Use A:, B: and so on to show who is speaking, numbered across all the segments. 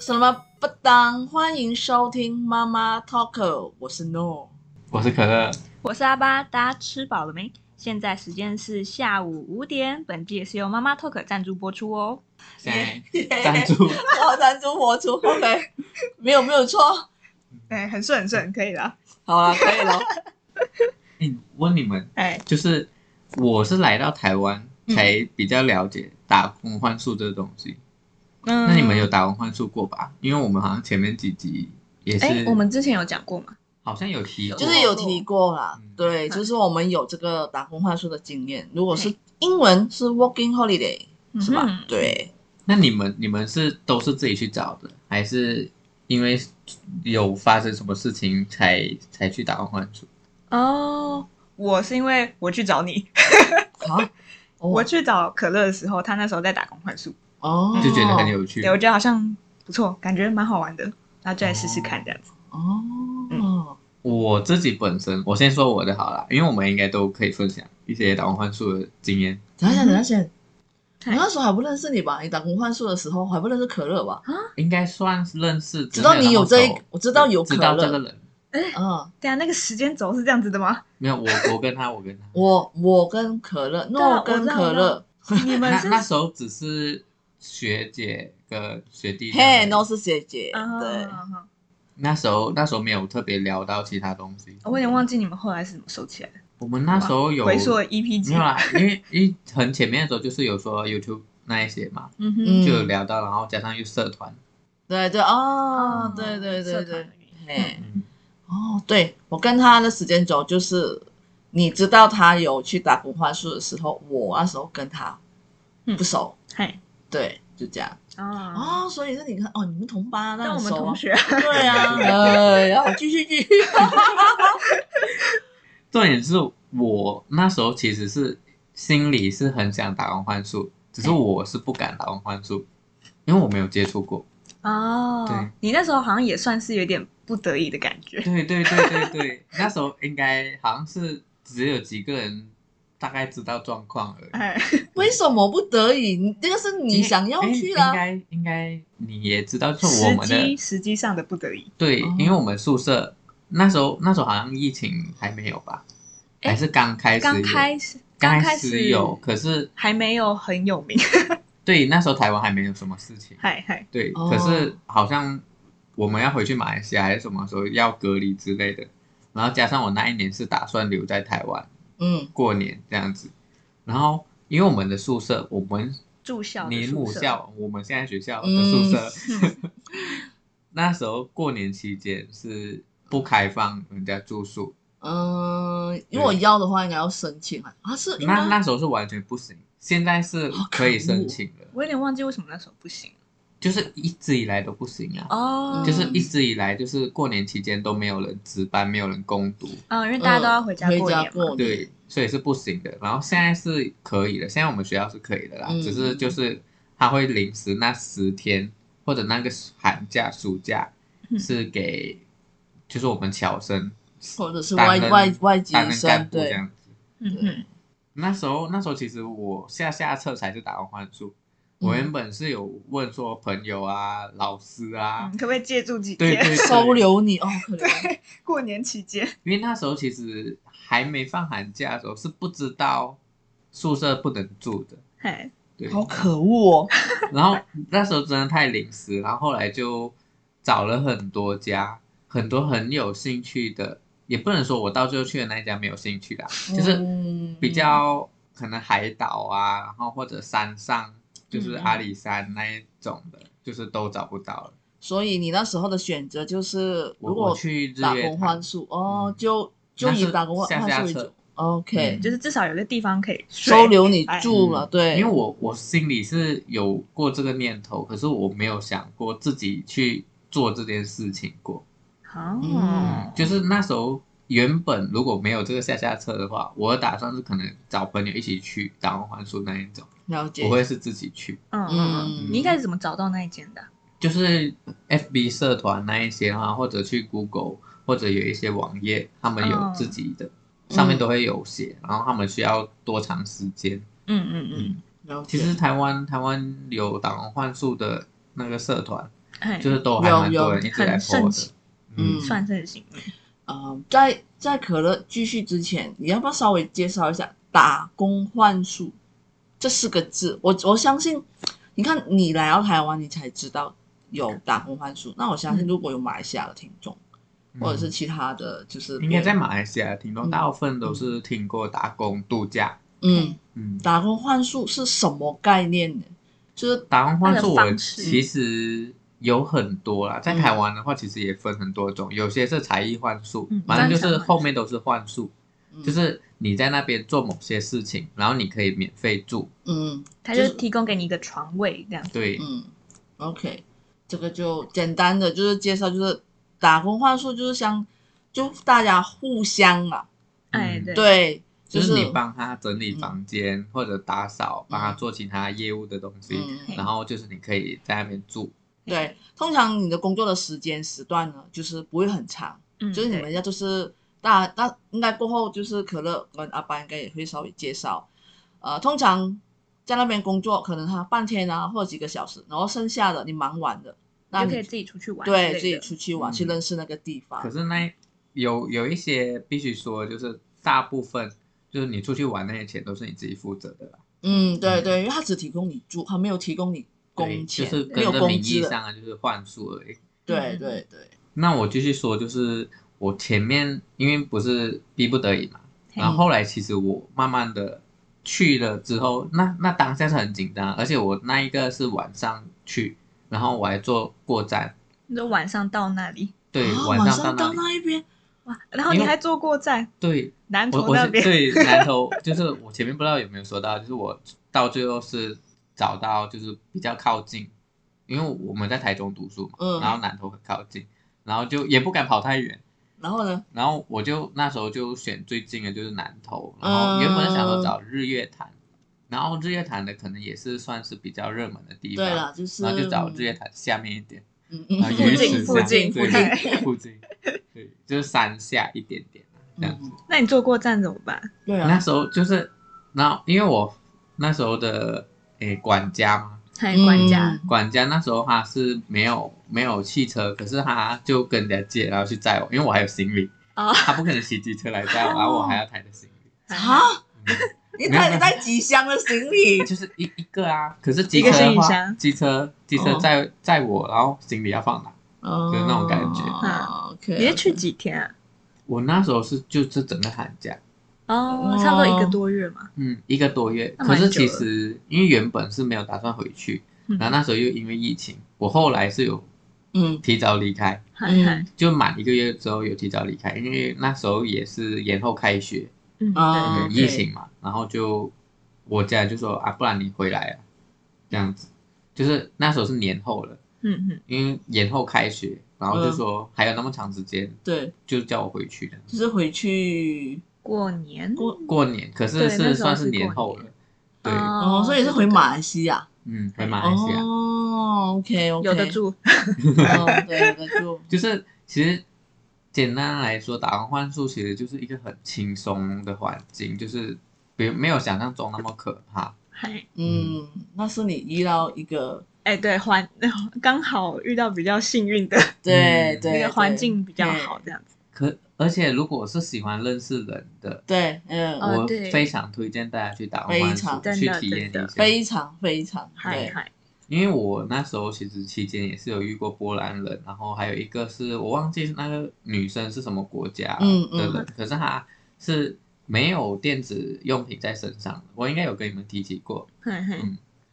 A: 什么不当？欢迎收听妈妈 Talker，我是 No。
B: 我是可乐，
C: 我是阿巴，大家吃饱了没？现在时间是下午五点，本季也是由妈妈 Talk 赞助播出哦。
B: 现 在赞助
A: 哦，赞助播出，OK，没有没有错，
C: 哎，很顺很顺，可以了。
A: 好了，可以 了。
B: 嗯，问你们，
C: 哎，
B: 就是我是来到台湾才比较了解打工换宿这个东西。
C: 嗯
B: 那你们有？打工换宿过吧？因为我们好像前面几集也是，
C: 哎，我们之前有讲过吗？
B: 好像有提过，
A: 就是有提过啦
B: 嗯，
A: 对，
C: 嗯
A: 就是我们有这个打工换宿的经验。如果是英文是 working holiday，是吧？
C: 嗯哼
A: 对，
B: 那你们你们是都是自己去找的，还是因为有发生什么事情才才去打工换宿？
C: 哦，我是因为我去找你，
A: 好，哦
C: 我去找可乐的时候，他那时候在打工换宿，
A: 哦，
B: 就觉得很有趣
C: 对，我觉得好像不错，感觉蛮好玩的，然后就来试试看这样子。嗯
A: 哦，
B: 我自己本身，我先说我的好了，因为我们应该都可以分享一些打工换宿的经验。
A: 等一下，等一下，
C: 嗯
A: 先，我
C: 嗨
A: 那时候还不认识你吧？你打工换宿的时候还不认识可乐吧？
B: 应该算是认识，
A: 知道你有这一
B: 只是没那么熟
A: 我知道有可乐
B: 知道这个人，
A: 嗯，
C: 对啊，那个时间轴是这样子的吗？
B: 没有我，我跟他，我跟他，
A: 我我跟可乐，诺
C: 啊我
A: 跟
C: 知道
A: 可
C: 我知道
A: 乐，
C: 你们
B: 那
C: 是
B: 那时候只是学姐跟学弟，
A: 嘿，no 是学姐，
C: 啊
A: 对，
C: 好好
B: 那时候那时候没有特别聊到其他东西，
C: 我有点忘记你们后来是怎么收起来的。
B: 我们那时候有
C: 回溯 E 了 EP
B: 没
C: 几
B: 有？啦，因为因为很前面的时候就是有说 YouTube 那一些嘛，
C: 嗯
A: 嗯
C: 哼，
B: 就有聊到，然后加上又社团，
A: 对对哦
C: 嗯，
A: 对对对
C: 社团
A: 对
C: 的，原因
A: 嘿，
B: 嗯，
A: 哦，对我跟他的时间轴就是，你知道他有去打工换宿的时候，我那时候跟他
C: 嗯
A: 不熟，
C: 嗨
A: 对，就这样。
C: 啊，
A: 哦，所以是你看，哦，你们同班啊，那很
C: 但我们
A: 熟啊
C: 同 学，
A: 对 啊，呃，然后继续继续，
B: 重点是我那时候其实是心里是很想打工换宿，只是我是不敢打工换宿，因为我没有接触过。对
C: 哦，你那时候好像也算是有点不得已的感觉。
B: 对对对对对， 那时候应该好像是只有几个人大概知道状况而已。
C: 哎，
A: 为什么不得已？你这个是你想要去啊
B: 了，
A: 啦
B: 哎应，该应该你也知道，就是我
C: 时
B: 们
C: 机
B: 的
C: 时机上的不得已。
B: 对
A: 哦，
B: 因为我们宿舍那时候那时候好像疫情还没有吧，
C: 哎
B: 还是刚开始有
C: 刚开始，
B: 刚
C: 开
B: 始有，可是
C: 还没有很有 名。
B: 对那时候台湾还没有什么事情，
C: 嗨嗨，
B: 对，
A: 哦
B: 可是好像我们要回去马来西亚还是什么时候要隔离之类的，然后加上我那一年是打算留在台湾。
A: 嗯，
B: 过年这样子。然后因为我们的宿舍，我们
C: 住校的
B: 你
C: 宿
B: 母
C: 舍，嗯
B: 校，我们现在学校的宿 舍，那时候过年期间是不开放人家住宿，
A: 嗯，如果要的话，应该要申请啊。啊，是应
B: 那
A: 该
B: 那时候是完全不行，现在是
A: 好
B: 可以
A: 可恶
B: 申请了，
C: 我有点忘记为什么那时候不行
B: 就是一直以来都不行啊。
C: 哦
B: 就是一直以来，就是过年期间都没有人值班，没有人攻读，
C: 嗯，因为大家都要回家
A: 嗯
C: 过
A: 回家
C: 年嘛。
A: 过年，
B: 对，所以是不行的。然后现在是可以的，现在我们学校是可以的啦，
A: 嗯
B: 只是就是他会临时那十天或者那个寒假、暑假
C: 嗯
B: 是给，就是我们侨生
A: 或者是
B: 担
A: 外
B: 任
A: 外外籍
B: 担任干
A: 生，
B: 部这
A: 对，
B: 样子。
C: 嗯嗯，
B: 那时候那时候其实我下下策才是打工换宿，
A: 嗯
B: 我原本是有问说朋友啊、老师啊
C: 嗯，可不可以借住几
B: 对
C: 天？
B: 对对
A: 收留你哦，可怜，
C: 对，过年期间，
B: 因为那时候其实还没放寒假的时候是不知道宿舍不能住的。
C: 哎，
B: 对，
A: 好可恶哦。
B: 然后那时候真的太临时，然后后来就找了很多家，很多很有兴趣的，也不能说我到最后去的那一家没有兴趣啦，就是
A: 嗯
B: 比较可能海岛啊，然后或者山上，就是
A: 嗯
B: 阿里山那一种的，就是都找不到了。
A: 所以你那时候的选择就是，
B: 我
A: 如
B: 我
A: 果
B: 去日
A: 打
B: 月
A: 工
B: 潭
A: 换，宿哦
B: 嗯，
A: 就就
B: 那
A: 以
B: 是
A: 打工换
B: 下
A: 换
B: 下
A: 宿为
B: 策
A: 主，OK，哦
B: 嗯
C: 就是至少有个地方可以睡
A: 收留你
C: 哎
A: 住了，对，
B: 因为我我心里是有过这个念头，可是我没有想过自己去做这件事情过。
A: 嗯
C: 哦，
B: 就是那时候原本如果没有这个下下策的话，我打算是可能找朋友一起去打工换宿那一种，
A: 了解
B: 不，会是自己去。
C: 嗯嗯
A: 嗯
C: 嗯，你一开始怎么找到那一间的啊？
B: 就是 FB 社团那一些啊，或者去 Google，或者有一些网页，他们有
C: 嗯
B: 自己的，上面
A: 嗯
B: 都会有写，然后他们需要多长时间。
C: 嗯嗯嗯，
A: 了解
B: 其实台湾台湾有打工换宿的那个社团，
C: 哎
B: 就是都还蛮多人
A: 有
B: 一直来
C: 很
B: po
C: 盛
B: 的
C: 情，
A: 嗯
C: 算盛行。嗯
A: 呃，在在可乐继续之前，你要不要稍微介绍一下“打工换宿”这四个字？我我相信，你看你来到台湾，你才知道有“打工换宿”。那我相信，
C: 嗯
A: 如果有马来西亚的听众，
B: 嗯
A: 或者是其他的，就是别
B: 应该
A: 人
B: 在马来西亚听众
A: 嗯
B: 大部分都是听过打工度假，
A: 嗯，
B: 嗯，
A: 打工换宿是什么概念呢？就是
B: 打工换宿
C: 它的
B: 我
C: 方式
B: 其实有很
A: 嗯
B: 多啦，在台湾的话其实也分很多种，有些是才艺换宿
C: 嗯，
B: 反正就
C: 专
B: 是
C: 长
B: 后面都是换宿，
A: 嗯
B: 就是你在那边做某些事情，然后你可以免费住，
A: 嗯
C: 他
A: 就
C: 就是提供给你一个床位这样子。
B: 对，
A: 嗯，OK，这个就简单的就是介绍，就是打工换宿就是相就大家互相啊，
C: 哎
B: 嗯，
C: 对
A: 对，
B: 就是是你帮他整理房间或者打扫，帮他做其他业务的东西，
A: 嗯
B: 然后就是你可以在那边住，
A: 对，通常你的工作的时间时段呢，就是不会很长，
C: 嗯，
A: 就是你们要就是大大应该过后就是可乐跟阿班应该也会稍微介绍，呃，通常在那边工作可能他半天啊或者几个小时，然后剩下的你忙完的，
C: 对
A: 那
C: 就可
A: 你
C: 以自己出去玩之类
A: 对
C: 的，
A: 自己出去玩、
B: 嗯
A: 去认识那个地方
B: 可，是那有有一些必须说就是大部分就是你出去玩那些钱都是你自己负责的啦。
A: 嗯，对
B: 嗯
A: 对，因为他只提供你住，他没有提供你
B: 对
A: 工
B: 就
A: 钱，
B: 是
A: 没有
B: 跟着名
A: 工资
B: 义
A: 的，
B: 上啊，就是幻术而已。
A: 对
C: 嗯
A: 对对，
B: 那我继续说，就是我前面因为不是逼不得已嘛，
C: 嘿
B: 然后后来其实我慢慢的去了之后，那那当下是很紧张，而且我那一个是晚上去，然后我还坐过站，
C: 你就晚上到那里
B: 对，
A: 啊
B: 晚
A: 晚
B: 上到
A: 到
B: 那里，
A: 那一边，
C: 哇，然后
B: 因
C: 你
B: 为
C: 还坐过站
B: 对
C: 南
B: 我
C: 头
B: 我
C: 那
B: 是
C: 边，
B: 对南头，就是我前面不知道有没有说到，就是我到最后是找到就是比较靠近，因为我们在台中读书嘛，
A: 嗯
B: 然后南头很靠近，然后就也不敢跑太远。
A: 然后呢，
B: 然后我就那时候就选最近的就是南投，
A: 嗯
B: 然后原本想说找日月潭，然后日月潭的可能也是算是比较热门的地方，
A: 对了，就是
B: 然后就找
A: 嗯
B: 日月潭下面一点，
A: 嗯
B: 然后啊鱼
C: 附近
B: 池
C: 附近
B: 这样
C: 附
B: 对附近，对，就是山下一点点这
A: 嗯
B: 样子。
C: 那你坐过站怎么办？
A: 对
B: 那
A: 啊，
B: 时候就是，然后因为我那时候的诶管家嘛，
C: 还有管家，
A: 嗯
B: 管家那时候他是没有没有汽车，可是他就跟人家借，然后去载我，因为我还有行李。
C: 哦，
B: 他不可能骑机车来载我，然后我还要抬着行李，
A: 啊，
B: 嗯
A: 你
B: 没有
A: 带
B: 没有，
A: 你带几箱的行李
B: 就是一一个啊。可是机
C: 一
B: 车
C: 个行
B: 的
C: 李
B: 话，
C: 箱
B: 机车机车
A: 哦
B: 载载我，然后行李要放哪？
A: 就是
B: 那种感觉
A: 啊，OK，
C: 你是哦去几天啊？
B: 我那时候是就是整个寒假，
C: 哦
A: 哦，
C: 差不多一个多月嘛。
B: 嗯，一个多月。
C: 那
B: 可
C: 蛮
B: 是其
C: 久了
B: 实因为原本是没有打算回去，
C: 嗯
B: 然后那时候又因为疫情，我后来是有
A: 嗯
B: 提早离开，
C: 嗨嗨，
B: 就满一个月之后有提早离开，因为那时候也是延后开学，
C: 嗯，
A: 啊
C: 对
B: 嗯，
A: OK
B: 疫情嘛，然后就我家人就说啊，不然你回来啊，这样子，就是那时候是年后了，
C: 对，嗯嗯，
B: 因为延后开学，然后就
A: 嗯
B: 说、还有那么长时间，
A: 对，
B: 就叫我回去的。
A: 就是回去，
C: 过年哦
A: 过
B: 过年，可是
C: 对那
B: 是
C: 时候
B: 算
C: 是
B: 是年
C: 过
B: 后
C: 年
B: 了，对，
A: 哦，所以是回马来西亚，
B: 嗯，回马来西亚，
A: 哦，OK OK，
C: 有得，住，
A: 嗯，对，有得住，
B: 就是其实简单来说，打工换宿其实就是一个很轻松的环境，就是别没有想象中那么可怕。
C: 嗨，
A: 嗯，那是你遇到一个，
C: 哎，对，环 刚好遇到比较幸运的
A: 对对，
B: 嗯
C: 那
A: 对
C: 个环，境比较好，这样子。
B: 可而且如果是喜欢认识人的，
A: 对，嗯，
C: 哦
B: 我
C: 对
B: 非常推荐大家去打工
A: 非
B: 换宿
A: 常
B: 去
C: 真的
B: 体验
C: 真
B: 一
C: 的
B: 下，
A: 非常非常，
C: 嗨
A: 对，
C: 嗨，
B: 因为我那时候其实期间也是有遇过波兰人，然后还有一个是我忘记那个女生是什么国家的
A: 嗯
B: 人，
A: 嗯
B: 可是她是没有电子用品在身上的，我应该有跟你们提起过，
C: 嗨嗨。
A: 啊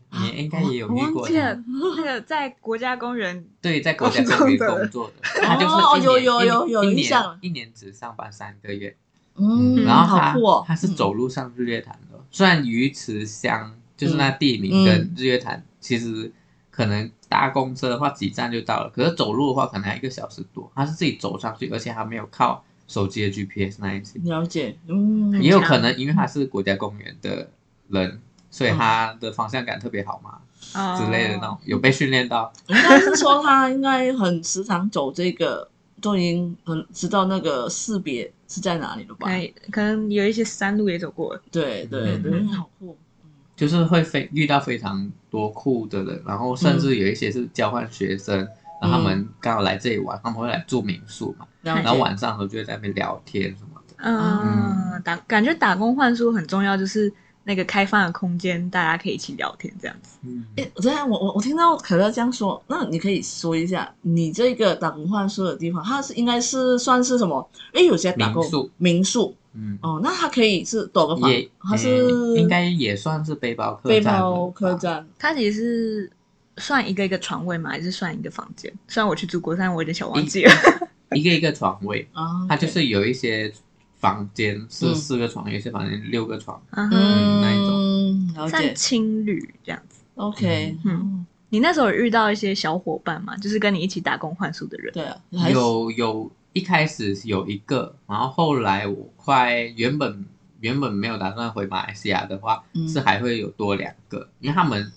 B: 你应该也有
C: 我
B: 遇
C: 忘
B: 过
C: 记了
B: 她，
C: 那个在国家公园，
B: 对，在国家公园
C: 工作的
B: 工作的，她就是
A: 哦
B: 一年
A: 有有
B: 一
A: 有有
B: 一
A: 印
B: 年
A: 象
B: 一年只上班三个月，
A: 嗯，
B: 然后
A: 好
B: 他
A: 酷哦，
B: 他是走路上日月潭的，虽然鱼池乡就是那地
A: 嗯
B: 名跟日月潭，其实可能搭公车的话几站就到了，可是走路的话可能要一个小时多。他是自己走上去，而且他没有靠手机的 GPS 那一些
A: 嗯，，了解，嗯，
B: 也有
C: 强
B: 可能因为他是国家公园的人，所以
A: 嗯
B: 他的方向感特别好嘛、
C: 哦
B: 之类的那种，有被训练到。
A: 应该是说他应该很时常走这个，都已经很知道那个识别是在哪里了吧？
C: 哎，可能有一些山路也走过了。
A: 对对
B: 嗯
A: 对，好酷，嗯
B: 就是会非遇到非常多酷的人，然后甚至有一些是交换学生，然后他们刚好来这里玩，他们会来住民宿嘛，
A: 了
C: 嗯
B: 然后
A: 解
B: 晚上的时候就会在那边聊天什么的。
C: 嗯，打感觉打工换宿很重要，就是那个开放的空间，大家可以一起聊天这样子。
B: 嗯，
A: 诶，这样我我我听到可乐这样说，那你可以说一下你这个打工换宿的地方，它是应该是算是什么？诶，有些打工
B: 民宿
A: 民宿
B: 嗯，
A: 哦，那它可以是多个房
B: 也，
A: 它
B: 嗯
A: 哦是
B: 应该也算是背包客
A: 背
B: 栈
A: 包
B: 了
A: 客
B: 吧，
A: 栈，
C: 它其实是算一个一个床位吗？还是算一个房间？虽然我去住过，但我有点小忘记了。
B: 一个一个床位，
A: 啊，
B: 它就是有一些房间是
A: 嗯
B: 四个床，有一些房间六个床。
C: 嗯哼，
A: 嗯
B: 那一
A: 了
C: 像
A: 解
C: 青旅这样子。
A: ，OK，
C: 嗯
A: 嗯，
C: 你那时候有遇到一些小伙伴吗？就是跟你一起打工换宿的人？
A: 对啊，还是
B: 有有一开始有一个，然后后来我快原本原本没有打算回马来西亚的话，
A: 嗯
B: 是还会有多两个，因为他们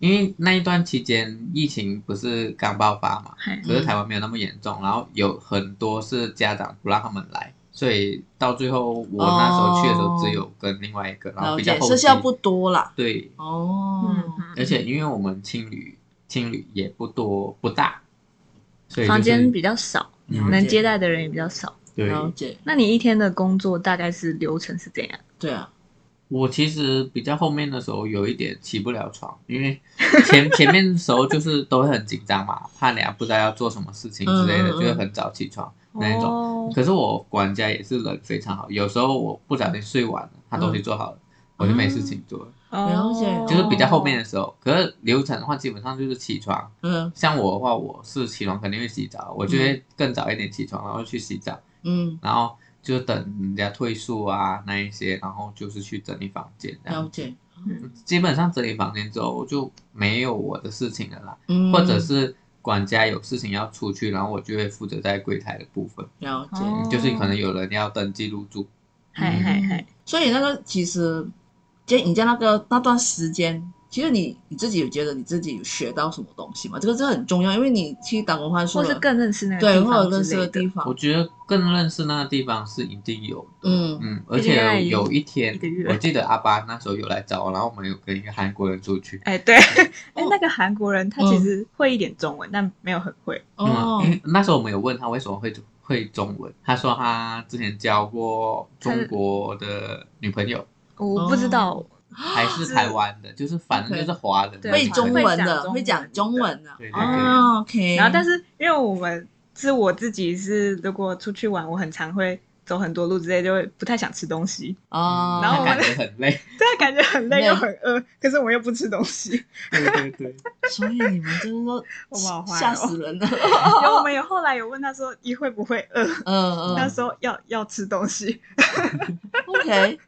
B: 因为那一段期间疫情不是刚爆发嘛，
C: 嗨
A: 嗯
B: 可是台湾没有那么严重，然后有很多是家长不让他们来，所以到最后我那时候去的时候
A: 哦
B: 只有跟另外一个，然后
A: 了
B: 比较
A: 解，
B: 后
A: 剩
B: 期
A: 下不多啦，
B: 对，
A: 哦，
C: 嗯，
B: 而且因为我们青旅青旅也不多不大，所以、就是、
C: 房间比较少，
B: 嗯
C: 能接待的人也比较少。
B: 对。
A: 了解，
C: 那你一天的工作大概是流程是怎样？
A: 对啊，
B: 我其实比较后面的时候有一点起不了床，因为 前前面的时候就是都会很紧张嘛，怕你啊不知道要做什么事情之类
A: 嗯
B: 的，
A: 嗯嗯
B: 就会很早起床那一种。
C: 哦，
B: 可是我管家也是人非常好，有时候我不小心睡晚了，他东西做
A: 嗯
B: 好了，我就没事情做了，
A: 了解
C: 哦
B: 就是比较后面的时候。可是流程的话，基本上就是起床，
A: 嗯
B: 像我的话，我是起床肯定会洗澡，我就会更早一点起床，然后去洗澡，
A: 嗯，
B: 然后就等人家退宿啊那一些，然后就是去整理房间这样
A: 了解，
B: 基本上整理房间之后，我就没有我的事情了啦，
A: 嗯，
B: 或者是管家有事情要出去，然后我就会负责在柜台的部分，
A: 了解，
C: 哦
B: 就是可能有人要登记入住，
C: 嗨嗨嗨，
A: 嗯所以那个其实，就你在那个那段时间，其实你你自己有觉得你自己有学到什么东西吗？这个真的很重要，因为你去打工换宿
C: 或
A: 了，
C: 是更认识那个
A: 对，
C: 地
A: 或
C: 方
A: 者认识
C: 之
A: 的
C: 类的
A: 地方
B: 我，觉得更认识那个地方是一定有的，
A: 嗯
B: 嗯，而
C: 毕竟那
B: 且
C: 里
B: 有一天
C: 一个月
B: 我记得阿巴那时候有来找我，然后我们有跟一个韩国人出去，
C: 哎，对， 哎
A: 哦，
C: 那个韩国人他其实会一点中文，但没有很会。
A: 哦
B: 嗯，因为那时候我们有问他为什么会会中文，他说他之前交过中国的女朋友。
A: 哦
C: 我不知道，
B: 还是台湾的，就是反正就是华人，
C: 对
A: 会中文的，
C: 会
A: 会
C: 讲
A: 讲
C: 中
A: 中
C: 文
A: 文的，
B: 对对对
A: 哦，OK，
C: 然后但
A: 是
C: 是因为我们是我自己是，如果出去玩，我很常会走很多路之类，就会不太想吃东西，
A: 哦，
C: 然后我们
B: 感觉很累。
C: 对，感觉很累
A: 累
C: 又很饿，可是我又不吃东西。
B: 对对对，
A: 所以你们真的
C: 我们好
A: 都
C: 坏哦
A: 吓死人了，
C: 然后我们有后来有问他说你会不会饿，
A: 嗯
C: 他
A: 嗯
C: 说要要吃东西，
A: ，OK，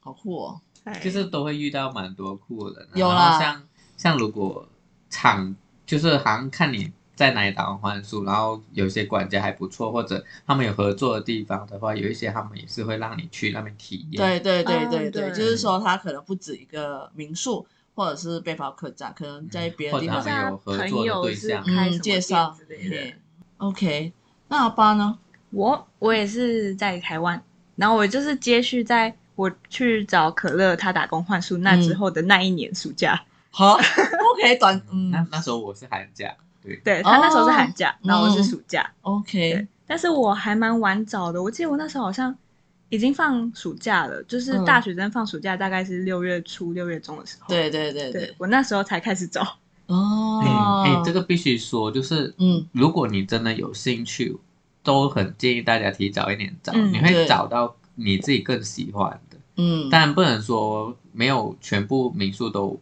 A: 好酷哦，
C: 哎
B: 就是都会遇到蛮多酷的人啊。
A: 有啦
B: 然后像像如果场就是好像看你在哪里打工换宿，然后有些管家还不错，或者他们有合作的地方的话，有一些他们也是会让你去那边体验。
A: 对对对
C: 嗯
A: 对
C: 对
A: 对，就是说它可能不止一个民宿。或者是背包客栈，可能在别的地
B: 或
A: 方
B: 者他们有合作的对象
C: 或者他朋友
A: 嗯，
C: 是开什么店
A: 介绍
C: 之类的。
A: OK，那阿巴呢？
C: 我我也是在台湾，然后我就是接续在我去找可乐他打工换宿那之后的那一年暑假，
A: 好 ，OK，短，
B: 嗯，那
A: 嗯
B: 那时候我是寒假，对，
C: 对他那时候是寒假，
A: 哦
C: 然后我是暑假，对
A: ，OK，，
C: 但是我还蛮晚找的，我记得我那时候好像。已经放暑假了，就是
A: 嗯
C: 大学生放暑假，大概是六月初、六月中的时候。
A: 对对对
C: 对
A: 对，
C: 我那时候才开始找，
A: 哦
B: 哎、，哎这个必须说，就是
A: 嗯，
B: 如果你真的有兴趣，都很建议大家提早一点找，
C: 嗯
B: 你会
A: 对
B: 找到你自己更喜欢的。
A: 嗯，
B: 当然不能说没有全部民宿都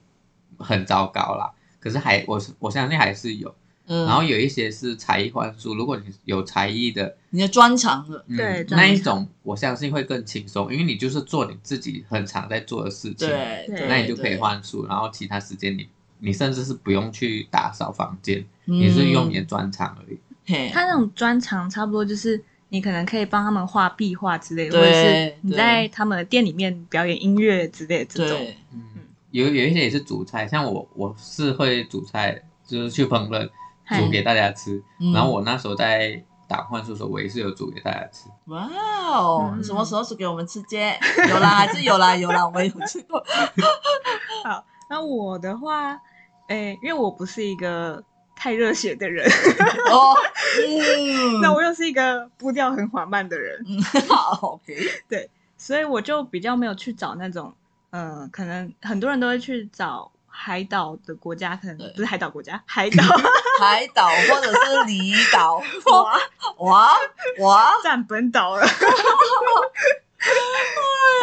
B: 很糟糕啦，可是还我是我相信还是有。
A: 嗯，
B: 然后有一些是才艺换宿，如果你有才艺的，
A: 你的专长的，
B: 嗯、
C: 对专
B: 那一
C: 长
B: 种我相信会更轻松，因为你就是做你自己很常在做的事情，
A: 对，
C: 对
A: 对
B: 那你就可以，换宿，然后其他时间你你甚至是不用去打扫房间，
A: 嗯
B: 你是用你的
A: 眼，
B: 专长而已。
A: 嘿
C: 他那种专长差不多就是你可能可以帮他们画壁画之类的，
A: 对
C: 或者是你
A: 对
C: 在他们的店里面表演音乐之类的这种。
A: 对，
B: 嗯，有有一些也是煮菜，像我我是会煮菜，就是去烹饪
C: 嗨
B: 煮给大家吃。
A: 嗯
B: 然后我那时候在打换宿的时候，我也是有煮给大家吃。
A: 哇哦，
C: 嗯
A: 什么时候煮给我们吃街？有啦，还是有啦，有啦，我也有吃过，
C: 那我的话，诶、因为我不是一个太热血的人，
A: 哦，嗯，
C: 那我又是一个步调很缓慢的人，
A: 嗯，好，OK，
C: 所以我就比较没有去找那种，呃，可能很多人都会去找海岛的国家，可能
A: 对
C: 不是海岛国家，海岛
A: 海岛或者是离岛， 哇哇哇，
C: 占本岛了。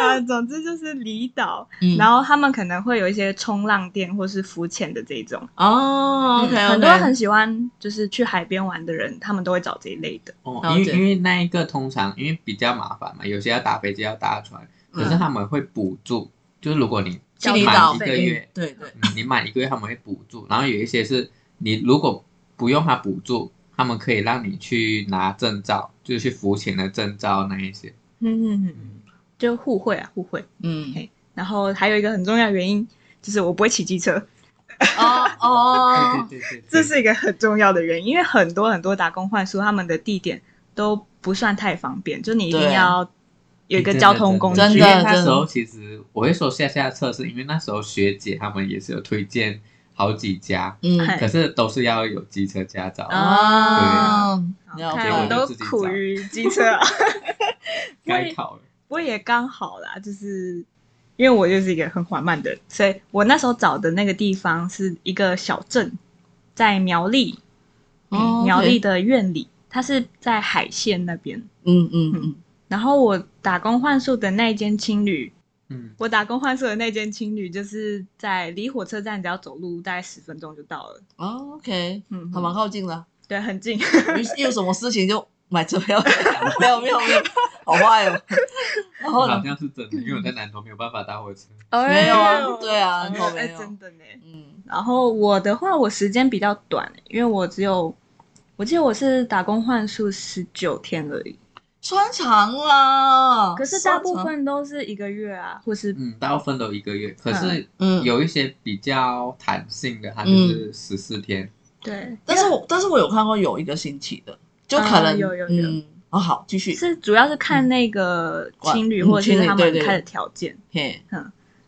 C: 啊，总之就是离岛，
A: 嗯
C: 然后他们可能会有一些冲浪店或是浮潜的这种。
A: 哦，OK，
C: 嗯很多很喜欢就是去海边玩的人，他们都会找这一类的。
B: 哦，
A: 了
B: 因
A: 解
B: 为因为那一个通常因为比较麻烦嘛，有些要搭飞机要搭船，
A: 嗯
B: 可是他们会补助，就是如果你
A: 去离
B: 满
A: 岛
B: 一
C: 费
B: 个月，
A: 对对，
B: 嗯你满一个月他们会补助，然后有一些是你如果不用他补助，他们可以让你去拿证照，就是去浮潜的证照那一些。
C: 嗯嗯嗯，就互惠啊，互惠。
A: 嗯，
C: 然后还有一个很重要的原因就是我不会骑机车，
A: 哦哦，
B: 对对对对，
C: 这是一个很重要的原因，因为很多很多打工换宿他们的地点都不算太方便，就你一定
A: 对
C: 要有一个交通工具。
A: 真的
B: 因为那
A: 真
B: 时
A: 的
B: 候其实我会说下下策，是因为那时候学姐他们也是有推荐好几家，
A: 嗯，
B: 可是都是要有机车驾照。
C: 啊
A: 啊，了
C: 看
B: 解
C: 我
B: 我
A: 解，
C: 都
B: 自己
C: 苦
B: 找
C: 于机车 啊，
B: 该考了。
C: 我也刚好啦，就是因为我就是一个很缓慢的人，所以我那时候找的那个地方是一个小镇，在苗栗，嗯
A: 哦
C: 苗
A: OK
C: 栗的院里，它是在海线那边。
A: 嗯嗯嗯，
C: 然后我打工换宿的那一间青旅，
B: 嗯，
C: 我打工换宿的那间青旅就是在离火车站只要走路大概十分钟就到了，
A: 哦，OK，
C: 嗯，
A: 还蛮靠近的，
C: 对，很近。
A: 一有什么事情就买车票， 没有没有没有，好坏哦，然后
B: 好
A: 呢，
B: 像是真的，因为我在南投没有办
C: 嗯
B: 法搭火车。
A: 没有啊对啊
C: 哎
A: 没有没有
C: 真的呢。
A: 嗯
C: 然后我的话，我时间比较短，因为我只有，我记得我是打工换宿十九天而已。
A: 穿长啦，
C: 可是大部分都是一个月啊，或是
B: 嗯，大部分都一个月，可是
A: 嗯
B: 有一些比较弹性的，它就是十四天。
C: 对，
A: 但是我但是我有看过有一个星期的，就可能、
C: 啊有有有
A: 嗯，哦好，继续，
C: 是主要是看那个青旅
A: 嗯
C: 或者
A: 青
C: 是
A: 旅
C: 他
A: 对
C: 们
A: 对对
C: 开的条件，
A: 嘿，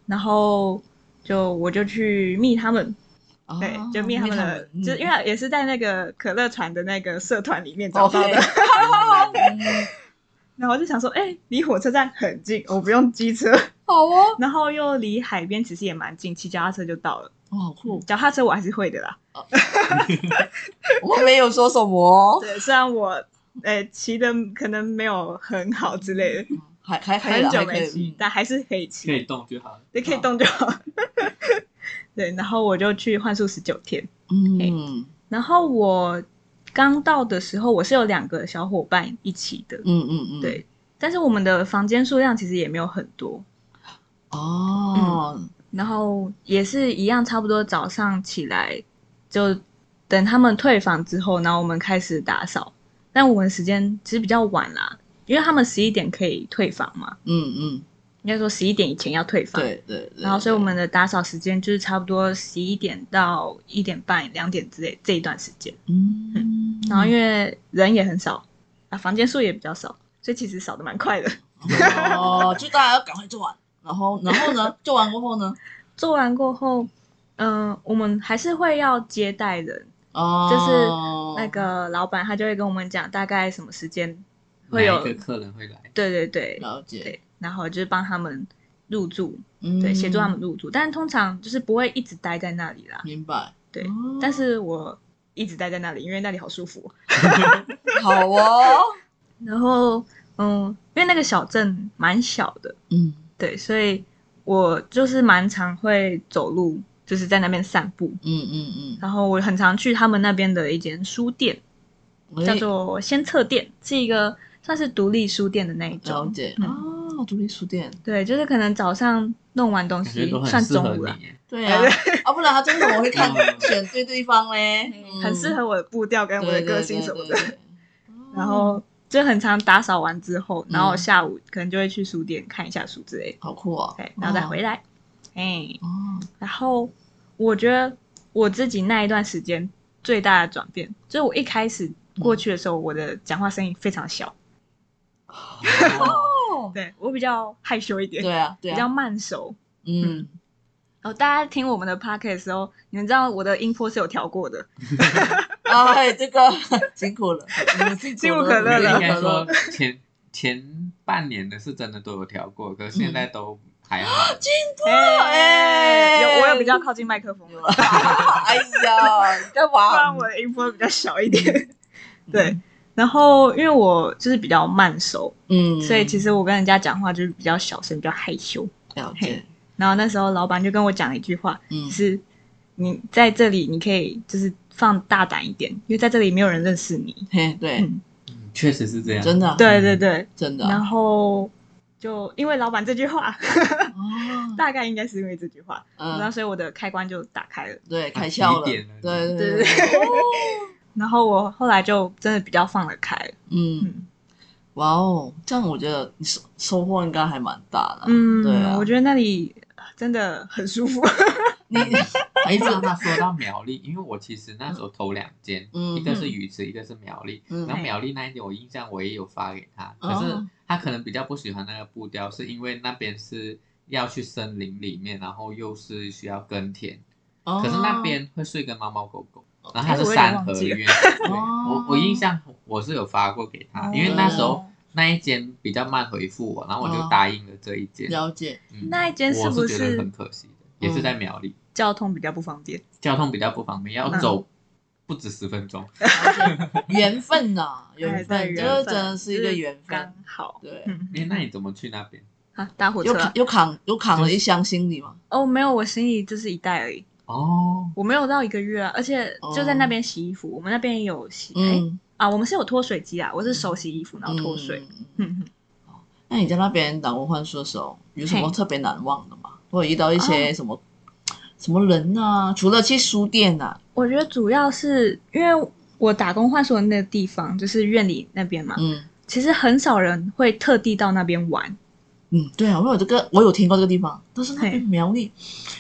C: 然后就我就去密他们，
A: 哦
C: 对，就密他们的，
A: 嗯哦
C: 就是因为也是在那个可乐船的那个社团里面找到的。
A: OK 嗯
C: 然后就想说，哎、离火车站很近，我不用机车，
A: 好哦，
C: 然后又离海边其实也蛮近，骑脚踏车就到了。
A: 哇哦好酷，
C: 嗯脚踏车我还是会的啦。
A: 我没有说什么，哦
C: 对，虽然我呃骑的可能没有很好之类的，
A: 嗯还还可以
C: 很
A: 啦，
C: 久
A: 还可
C: 没骑
A: 以，，
C: 但还是可以
B: 可以
C: 骑，
B: 动就好了。
C: 也可以动就好。 对，然后我就去换宿十九天。
A: 嗯
C: 然后我刚到的时候，我是有两个小伙伴一起的，
A: 嗯嗯嗯，
C: 对。但是我们的房间数量其实也没有很多，
A: 哦，
C: 然后也是一样，差不多早上起来就等他们退房之后，然后我们开始打扫。但我们时间其实比较晚啦，因为他们十一点可以退房嘛，
A: 嗯嗯，
C: 应该说十一点以前要退房。。
A: 对对对，
C: 然后，所以我们的打扫时间就是差不多十一点到一点半、两点之类这一段时间。
A: 嗯，
C: 然后，因为人也很少啊，房间数也比较少，所以其实扫的蛮快的。
A: 哦，就大家要赶快做完，然后然后呢，做完过后呢，
C: 做完过后，嗯、我们还是会要接待人，
A: 哦，
C: 就是那个老板他就会跟我们讲大概什么时间会有
B: 哪一个客人会来？
C: 对对对
A: 了解，
C: 对，然后就是帮他们入住，
A: 嗯
C: 对，协助他们入住，但通常就是不会一直待在那里啦，
A: 明白，
C: 对
A: 哦
C: 但是我一直待在那里，因为那里好舒服。
A: 好哦，
C: 然后，嗯，因为那个小镇蛮小的，
A: 嗯
C: 对，所以我就是蛮常会走路，就是在那边散步。
A: 嗯嗯
C: 然后我很常去他们那边的一间书店，
A: 嗯，
C: 叫做先测店，是一个算是独立书店的那一
A: 了
C: 种。
A: 解
C: 嗯
A: 啊，独立书店，
C: 对，就是可能早上弄完东
B: 感觉
C: 西
B: 都很
C: 算
B: 适
C: 中
B: 合
C: 午了
B: 你， 耶。
A: 对 啊，啊，不然他真的我会看
B: 嗯
A: 选对地方嘞，嗯
C: 很适合我的步调跟我的个性什么的。，然
A: 然
C: 后就很常打扫完之后，然
A: 嗯
C: 后下午可能就会去书店看一下书之类的，
A: 好酷哦，
C: 对，然后再回来。哎、
A: 哦，
C: 然后我觉得我自己那一段时间最大的转变，就是我一开始过
A: 嗯
C: 去的时候，我的讲话声音非常小，
A: 哦，
C: 对我比较害羞一点，
A: 对啊对
C: 比较
A: 啊，
C: 慢熟。
A: 嗯，
C: 哦然后大家听我们的 p o c k e t 的时候，你们知道我的音波是有调过的，
A: 哎，这个 辛苦了，嗯
C: 辛
A: 辛
C: 苦
A: 苦
C: 可
A: 了，
C: 乐
A: 辛
C: 了
B: 应
A: 苦
B: 该
A: 可
B: 说
A: 乐。
B: 前前半年的是真的都有调过，可是现在都还好。
A: 进步了，
C: 哎，
A: 哎，
C: 有我有比较靠近麦克风， 不
A: 哎呀，你干嘛
C: 然？我的音波比较小一点。 对，然后因为我就是比较慢熟，
A: 嗯，
C: 所以其
A: 实
C: 实我跟人家讲话就是比较小声，比较害羞。
A: 了
C: 嘿
A: 解，
C: 然后那时候老板就跟我讲了一句话，
A: 嗯
C: 就，是你在这里你可以就是放大胆一点，因为在这里没有人认识你。
A: 嘿，对，
C: 嗯，
B: 嗯确实是这样，
A: 真的，
C: 对对嗯对。啊
A: 真的，
C: 然后就因为老板这句话，
A: 哦，
C: 大概应该是因为这句话，然后
A: 嗯，
C: 所以我的开关就打开了。
A: 对，开
B: 啊
A: 窍
B: 提
A: 了，
B: 点了
A: 对对
C: 对对对
A: 对，
C: 然后我后来就真的比较放得开了。
A: 嗯，
C: 嗯
A: 哇哦，这样我觉得你收收获应该还蛮大的，
C: 嗯，
A: 对啊
C: 我觉得那里真的很舒服。
A: 你
B: 哎，那他说到苗栗，因为我其实那时候投两间，
A: 嗯
B: 一个是鱼池，一个是苗栗。
A: 嗯
B: 然后苗栗那一间，我印象我也有发给他，可
A: 哦
B: 是他可能比较不喜欢那个步调，是因为那边是要去森林里面，然后又是需要耕田，
A: 哦
B: 可是那边会睡跟猫猫狗狗，然后它
C: 哎
B: 是
C: 我有点
B: 三
C: 忘
B: 合
C: 记了
B: 院。对
A: 哦
B: 我我印象我是有发过给他，因为那时候那一间比较慢回复我，然后我就
A: 哦
B: 答应了这一间。
A: 了解，
B: 嗯
C: 那一间是
B: 我
C: 不
B: 是觉
C: 是
B: 得很可惜的，也是在苗栗。
C: 交通比较不方便，
B: 交通比较不方便，要
C: 嗯
B: 走不止十分 钟。
A: 了解缘分呐，
C: 哎
A: 缘
C: 对
A: 分，这
C: 缘
A: 个
C: 分
A: 真的是一个缘
C: 就是刚
A: 分，
C: 好。
A: 对，
C: 嗯，
B: 哎，那你怎么去那边？
C: 啊，搭火
A: 又
C: 车啊
A: 扛又扛又扛了
B: 就是
A: 一箱行李嘛，
C: 哦，没有，我行李就是一袋而已，
B: 哦，
C: 我没有到一个月啊，而且就在
A: 哦
C: 那边洗衣服，我们那边也有洗，哎、
A: 嗯，
C: 啊，我们是有脱水机啊，我是手洗衣服然后脱水，
A: 嗯。
C: 嗯，嗯
A: 那你在那边打工换宿的时候，有什么
C: 嘿哦
A: 特别难忘的吗？或者遇到一些什么、什么人啊？除了去书店啊，
C: 我觉得主要是因为我打工换宿的那个地方就是院里那边嘛，
A: 嗯
C: 其实很少人会特地到那边玩，
A: 嗯，对啊，我有这个，我有听过这个地方，但是那边苗栗，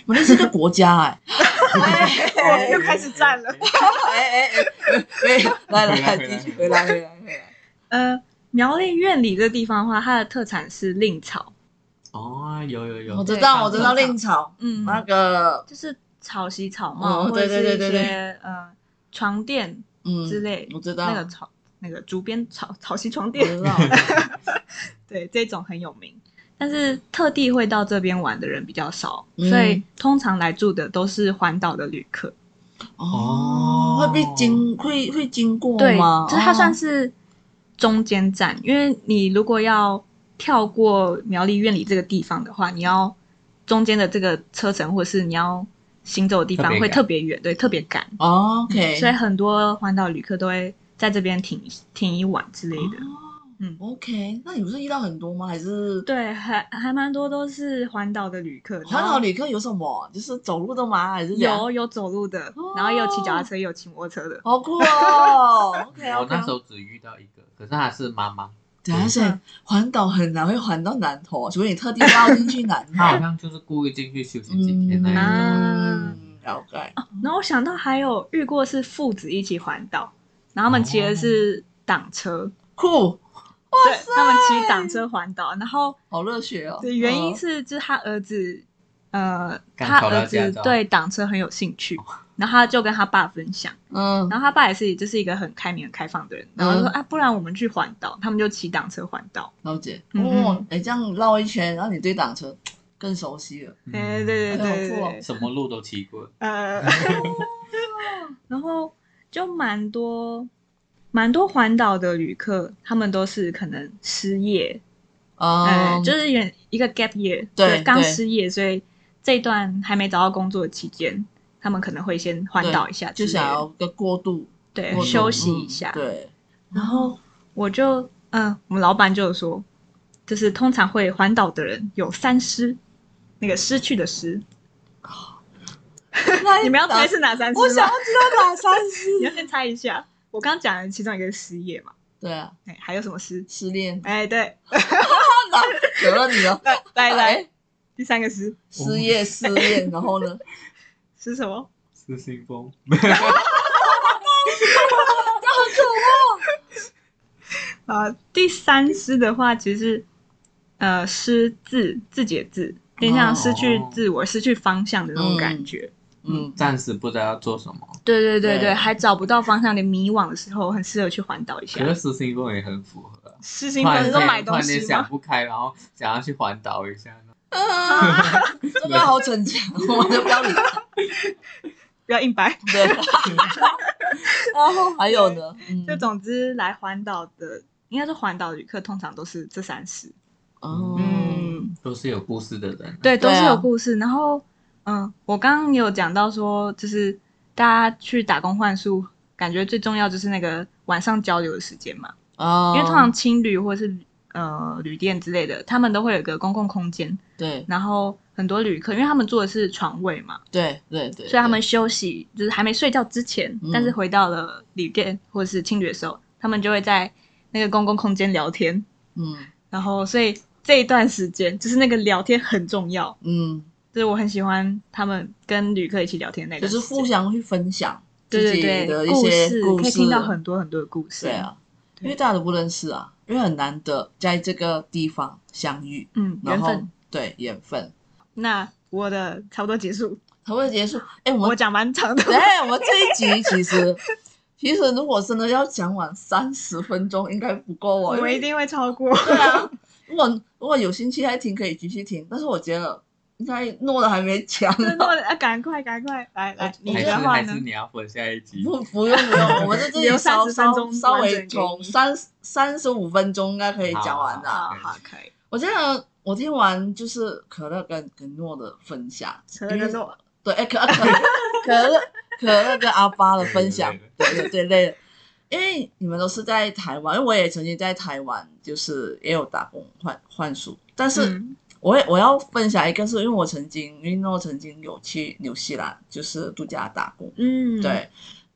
A: 苗栗是个国家哎、哎
C: 哦又开始站了。
A: 哎哎哎，没来来来，
B: 回来
A: 继续回来回来回来，
C: 呃，苗栗院里这地方的话，它的特产是令草，
B: 哦，有有有，
A: 我知道我知道
C: 对
A: 令草
C: 嗯
A: 那个
C: 就是草席、草帽，
A: 哦
C: 或者
A: 对
C: 是
A: 对
C: 一
A: 对对
C: 些呃床垫
A: 嗯
C: 之类，
A: 我知道嗯
C: 那个草那个竹编草草席床
A: 我
C: 垫，
A: 知道，
C: 对这种很有名。但是特地会到这边玩的人比较少，
A: 嗯
C: 所以通常来住的都是环岛的旅客。
A: 哦，会被经会会经过
C: 对，
A: 吗？哦
C: 就是它算
A: 是
C: 是中间站，因为你如果要跳过苗栗院里这个地方的话，你要中间的这个车程或者是你要行走的地
B: 特
C: 方
B: 别
C: 会
B: 赶
C: 特别远，对，特别赶。
A: 哦 OK，
C: 所以很多环岛旅客都会在这边停停一晚之类的。嗯
A: 嗯，OK，那你不是遇到很多吗？还是
C: 对，还还蛮多都是环岛的旅客，
A: 环
C: 然
A: 岛
C: 后
A: 旅客有什么？就是走路的吗？还是怎样
C: 有有走路的
A: 哦，
C: 然后也有骑脚踏车，也有骑摩托车的。
A: 好酷哦！OK
B: 我那
A: OK，
B: 时候只遇到一个，可是她是妈妈，
A: 等一下
C: 嗯，
A: 环岛很难会环到南投，啊除非你特地绕进去南
B: 她好
A: 投。
B: 像就是故意进去休息几
A: 嗯，
B: 天那一种。
C: 嗯啊
A: 了解。
C: 然后我想到还有遇过是父子一起环岛，然后他们骑的是
A: 哦
C: 挡车，
A: 酷，
C: 对，他们骑挡车环岛，然后
A: 好热血哦！
C: 对原因
A: 嗯
C: 是就是他儿子，呃，
B: 刚
C: 他
B: 考到
C: 儿
B: 驾
C: 子
B: 照哦
C: 对挡车很有兴趣，然后他就跟他爸分享，
A: 嗯
C: 然后他爸也是就是一个很开明、很开放的人，然后说、
A: 嗯
C: 啊，不然我们去环岛，他们就骑挡车环岛。
A: 了解。
C: 嗯
A: 哦，哎，这样绕一圈，然后你对挡车更熟悉了。
B: 嗯
C: 哎、对对对对
A: 好酷
C: 对
A: 哦，
B: 什么路都骑过，
C: 呃， 然后就蛮多蛮多环岛的旅客，他们都是可能失业，呃
A: 嗯，
C: 就是远一个 gap year，
A: 对
C: 就是刚
A: 对
C: 失业，所以这一段还没找到工作的期间，他们可能会先环岛一下之
A: 就
C: 类的，
A: 想要个过渡，
C: 对
A: 过渡
C: 休息一
A: 嗯
C: 下。
A: 对，
C: 然 后我就嗯、我们老板就有说，就是通常会环岛的人有三失，那个失去的失，你们要猜是哪三失
A: 哎
C: 吗？
A: 我想要知道哪三失
C: 你要先猜一下。我刚刚讲的其中一个是失业嘛，
A: 对啊，
C: 哎，还有什么失？
A: 失恋，
C: 哎，对，
A: 那得了 你了，
C: 来来来
A: 哎，
C: 第三个失
A: 失业失恋，然后呢？
C: 是什么？
B: 失心疯。
C: 呃，第三失的话，其实呃失自自己的自，有点像失去自我、失去方向的那种感觉。
A: 嗯，
B: 暂时不知道要做什么。
C: 哦对对对
A: 对
C: 对，还找不到方向，你迷惘的时候，很适合去环岛一下
B: 可。是私信工也很符合啊，
C: 失
B: 突
C: 心
B: 然
C: 疯，你说
B: 间
C: 买
B: 突
C: 东
B: 然间
C: 西
B: 想
C: 吗？
B: 不开，然后想要去环岛一下呢。
A: 啊，这个好逞强，我们就不要理他。
C: 不要硬掰。
A: 对，然后还有呢，嗯
C: 就总之来环岛的，应该是环岛旅客通常都是这三十。
A: 哦，
C: 嗯，
B: 都是有故事的人，，
C: 对，都
A: 对
C: 是
A: 啊
C: 有故事。然后，嗯，我刚刚也有讲到说，就是大家去打工换宿，感觉最重要就是那个晚上交流的时间嘛，
A: 哦，
C: 因为通常青旅或是呃旅店之类的，他们都会有一个公共空间，
A: 对
C: 然后很多旅客，因为他们住的是床位嘛，
A: 对对对，
C: 所以他们休息就是还没睡觉之前，
A: 嗯
C: 但是回到了旅店或是青旅的时候，他们就会在那个公共空间聊天，
A: 嗯
C: 然后所以这一段时间就是那个聊天很重要。
A: 嗯，
C: 就是我很喜欢他们跟旅客一起聊天那个
A: 就
C: 时间，
A: 是互相去分享
C: 对
A: 自己
C: 对
A: 的
C: 对
A: 一些
C: 故
A: 故
C: 可以
A: 事，
C: 听到很多很多的故事。
A: 对，啊，
C: 对
A: 因为大家都不认识啊，因为很难得在这个地方相遇，
C: 嗯，
A: 然
C: 缘
A: 后
C: 分。
A: 对缘分，
C: 那我的差不多结束，
A: 才会结束。哎，我
C: 我
A: 们
C: 讲蛮长的，
A: 哎，我们这一集其实其实如果真的要讲完三十分钟，应该不够
C: 我
A: 哦，因
C: 们
A: 为
C: 一定会 超过。
A: 对啊，如果如果有兴趣还听，可以继续听。但是我觉得应该诺的还没讲，
C: 真的啊，赶快赶快来来，你
B: 还是
C: 的话
B: 还
C: 呢
B: 是？你要分下一集，
A: 不不用不用，我们在这里
C: 留
A: 稍
C: 30
A: 稍
C: 分钟
A: 稍
C: 完整
A: 微
C: 给
A: 从
C: 你
A: 三三十五分钟应该可以讲完的。
C: 好
B: 好
C: 啊好，可以。
A: 我觉得我听完就是可乐跟跟诺的分享，
C: 可乐跟诺
A: 对，哎可 可可乐可乐跟阿巴的分享，对对对累了。因为你们都是在台湾，因为我也曾经在台湾，就是也有打工换换宿，但是
C: 嗯
A: 我也我要分享一个是，因为我曾经，因为我曾经有去纽西兰，就是度假打工。
C: 嗯，
A: 对，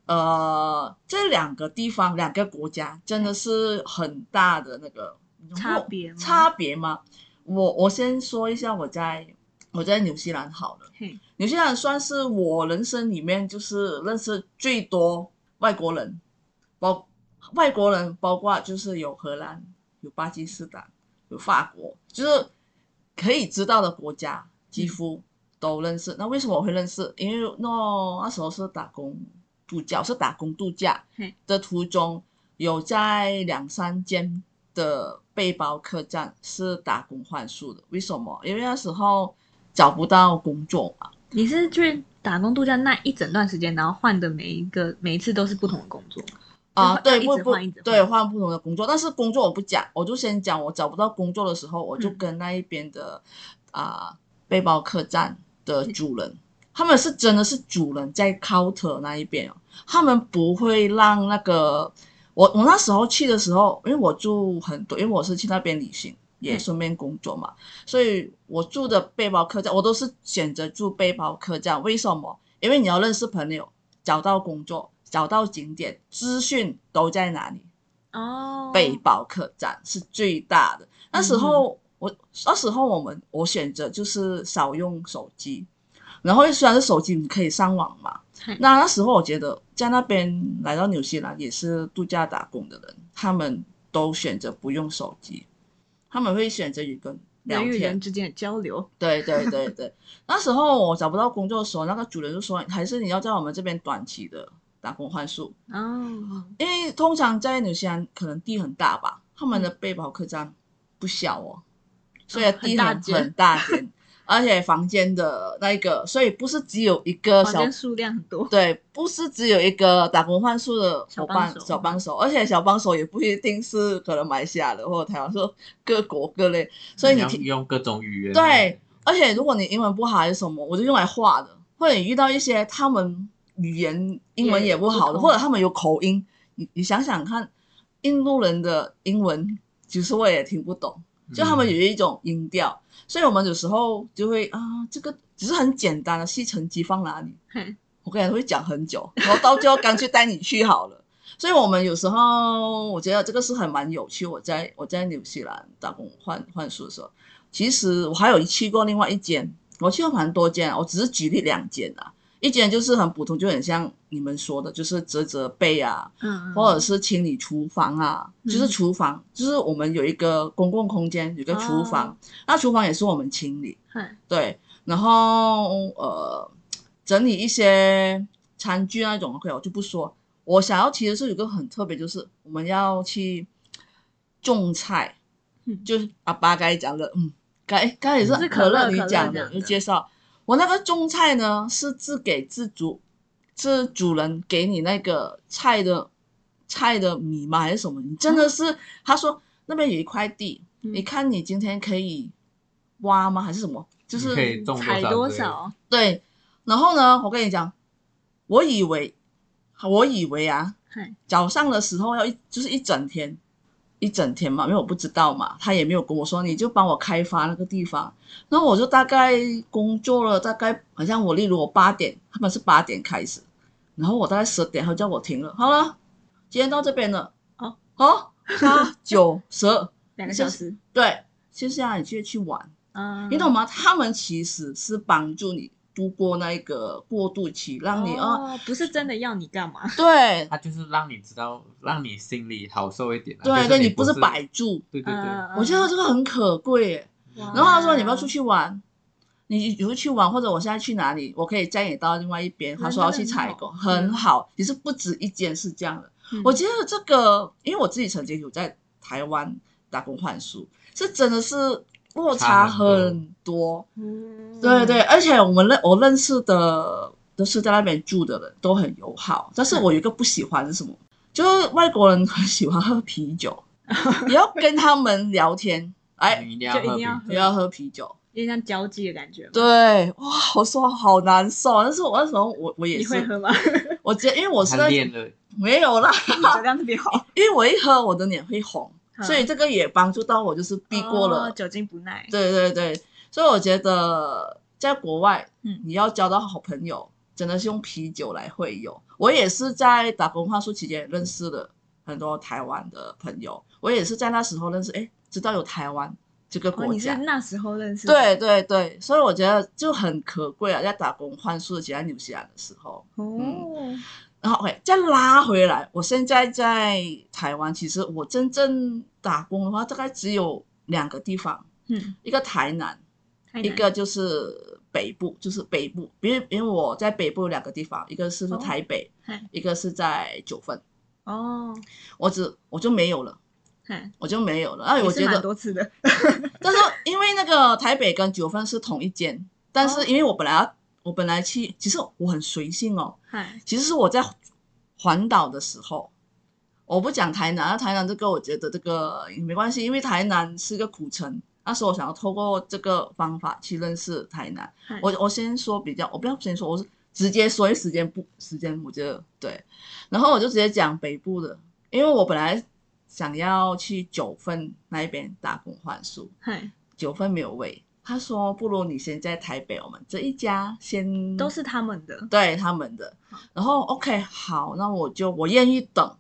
A: 呃，这两个地方，两个国家真的是很大的那个
C: 差别吗
A: 差别吗？我我先说一下，我在我在纽西兰好了，
C: 嘿，
A: 纽西兰算是我人生里面就是认识最多外国人，包外国人包括就是有荷兰、有巴基斯坦、有法国，就是可以知道的国家几乎都认识。那为什么我会认识？因为那那时候是打工度假，我是打工度假
C: 嘿
A: 的途中，有在两三间的背包客栈是打工换宿的。为什么？因为那时候找不到工作嘛。
C: 你是去打工度假那一整段时间，然后换的每一个每一次都是不同的工作吗
A: 啊，
C: 就
A: 对，
C: 一
A: 不
C: 直
A: 不
C: 换一直，
A: 对，
C: 换
A: 换不同的工作，但是工作我不讲，我就先讲我找不到工作的时候，我就
C: 嗯
A: 跟那一边的啊、背包客栈的
C: 嗯
A: 主人，他们是真的是主人在 counter 那一边哦，他们不会让那个我我那时候去的时候，因为我住很多，因为我是去那边旅行，也
C: 嗯
A: 顺便工作嘛，所以我住的背包客栈，我都是选择住背包客栈。为什么？因为你要认识朋友，找到工作，找到景点，资讯都在哪里。
C: 哦，
A: 背包客栈是最大的。那时
C: 嗯
A: 候、我那时候我们我选择就是少用手机，然后虽然是手机你可以上网嘛
C: 嗯，
A: 那那时候我觉得在那边来到纽西兰也是度假打工的人，他们都选择不用手机，他们会选择与跟聊
C: 人与
A: 天
C: 人，之间的交流，
A: 对对对对， 那时候我找不到工作的时候，那个主人就说，还是你要在我们这边短期的打工换宿。
C: 哦，
A: 因为通常在纽西兰可能地很大吧，他们的背包客栈不小哦，所以地
C: 嗯很大
A: 很
C: 间
A: 很大间，而且房间的那一个，所以不是只有一个
C: 房
A: 小
C: 间数量很多，
A: 对，不是只有一个打工换宿的伙伴
C: 小帮手
A: 小帮手，而且小帮手也不一定是可能马来西亚的或者台湾，说各国各类，所以
C: 嗯
A: 你
B: 要
A: 听，
B: 用各种语言，
A: 对，而且如果你英文不好还是什么，我就用来画的，或者你遇到一些他们语言英文也不好
C: 也不
A: 的，
C: 通
A: 或者他们有口音，你你想想看，印度人的英文其实我也听不懂，
B: 嗯
A: 就他们有一种音调，所以我们有时候就会啊，这个只是很简单的吸尘机放哪里，
C: 嘿
A: 我跟你讲会讲很久，然后到最后干脆带你去好了。所以我们有时候我觉得这个是很蛮有趣。我在我在纽西兰打工换换宿的时候，其实我还有去过另外一间，我去过蛮多间啊，我只是举例两间啊。一间就是很普通，就很像你们说的，就是折折被啊，
C: 嗯，
A: 或者是清理厨房啊，
C: 嗯
A: 就是厨房，就是我们有一个公共空间，有一个厨房，那厨房也是我们清理，
C: 嗨
A: 对，然后呃，整理一些餐具那种，OK，我就不说。我想要其实是有一个很特别，就是我们要去种菜，
C: 嗯
A: 就是阿爸刚才讲的，嗯，刚才刚才也是
C: 是可
A: 可
C: 乐
A: 乐你
C: 可乐
A: 讲
C: 讲
A: 的，就
C: 的
A: 介绍我那个种菜呢是自给自足，是主人给你那个菜的菜的米吗还是什么？你真的是、他说那边有一块地，
C: 嗯
A: 你看你今天可以挖吗还是什么？就
B: 你
A: 是
B: 可以种多
C: 采
B: 少
C: 多
B: 之类的
C: 少？
A: 对，然后呢，我跟你讲，我以为，我以为啊，
C: 嗨，
A: 早上的时候要一就是一整天，一整天嘛，因为我不知道嘛，他也没有跟我说，你就帮我开发那个地方。然后我就大概工作了，大概好像我例如我八点，他们是八点开始，然后我大概十点，他叫我停了，好了，今天到这边了，
C: 哦，
A: 好，八九十，
C: 两个小时。
A: 对，接下来你去去玩。
C: 嗯，
A: 你懂吗？他们其实是帮助你度过那个过渡期，让你啊、
C: 哦，不是真的要你干嘛？
A: 对
B: 它就是让你知道，让你心里好受一点啊。
A: 对
B: 就是
A: 对，
B: 你
A: 你
B: 不
A: 不是摆，住。
B: 对对对，
C: 嗯
A: 我觉得这个很可贵耶。
C: 哇，
A: 然后他说你要不要出去玩，你你会去玩，或者我现在去哪里，我可以载你到另外一边。他说要去采购，
C: 真的很好
A: 很好，其实不止一间是这样的。
C: 嗯，
A: 我觉得这个，因为我自己曾经有在台湾打工换宿，是真的是落差
B: 差很多
A: 很多
C: 嗯
A: 对对，，而且我们认我认识的都是在那边住的人都很友好，但是我有一个不喜欢是什么？就是外国人很喜欢喝啤 酒，你要跟他们聊天，哎，
B: 你一定
C: 就一定
B: 要喝
C: 要
A: 不要喝啤酒。
C: 有点像交际的感觉嘛。
A: 对，哇，我说好难受啊，但是我那时候我我也
C: 你会
A: 是，
C: 喝 吗？
A: 我觉得因为我
B: 啤
A: 是
B: 酒，
A: 那
B: 他练了，
A: 没有啦，
C: 你酒量特别好，
A: 因为我一喝我的脸会红，
C: 嗯
A: 所以这个也帮助到我，就是避过了
C: 哦酒精不耐。
A: 对对对，所以我觉得在国外，
C: 嗯
A: 你要交到好朋友，真的是用啤酒来会友。我也是在打工换宿期间认识了很多台湾的朋友，我也是在那时候认识，哎，知道有台湾这个
C: 哦，
A: 国
C: 你是
A: 家。
C: 那时候认识的？
A: 对对对，所以我觉得就很可贵啊，在打工换宿的期间，纽西兰的时候，
C: 哦，
A: 嗯然后 OK 再拉回来，我现在在台湾，其实我真正打工的话，大概只有两个地方，
C: 嗯，
A: 一个台南，
C: 太
A: 一
C: 难
A: 个就是北部，就是北部，因为因为我在北部有两个地方，一个是
C: 哦
A: 台北，
C: 嗨
A: 一个是在九份，
C: 哦，
A: 我只我就没有了，
C: 嗨，
A: 我就没有了。哎，我
C: 也是
A: 觉
C: 蛮
A: 得，
C: 多次的，
A: 但是因为那个台北跟九份是同一间，但是
C: 哦
A: 因为我本来要我本来去，其实我很随性哦，
C: 嗨，
A: 其实是我在环岛的时候。我不讲台南，啊台南这个我觉得这个也没关系，因为台南是个古城。那时候我想要透过这个方法去认识台南，
C: 嗨
A: 我我先说比较，我不要先说，我是直接说，因为时间不时间，我觉得对。然后我就直接讲北部的，因为我本来想要去九份那一边打工换宿，
C: 嗨，
A: 九份没有位，他说不如你先在台北，我们这一家先
C: 都是他们的，
A: 对他们的。然后 OK 好，那我就我愿意等，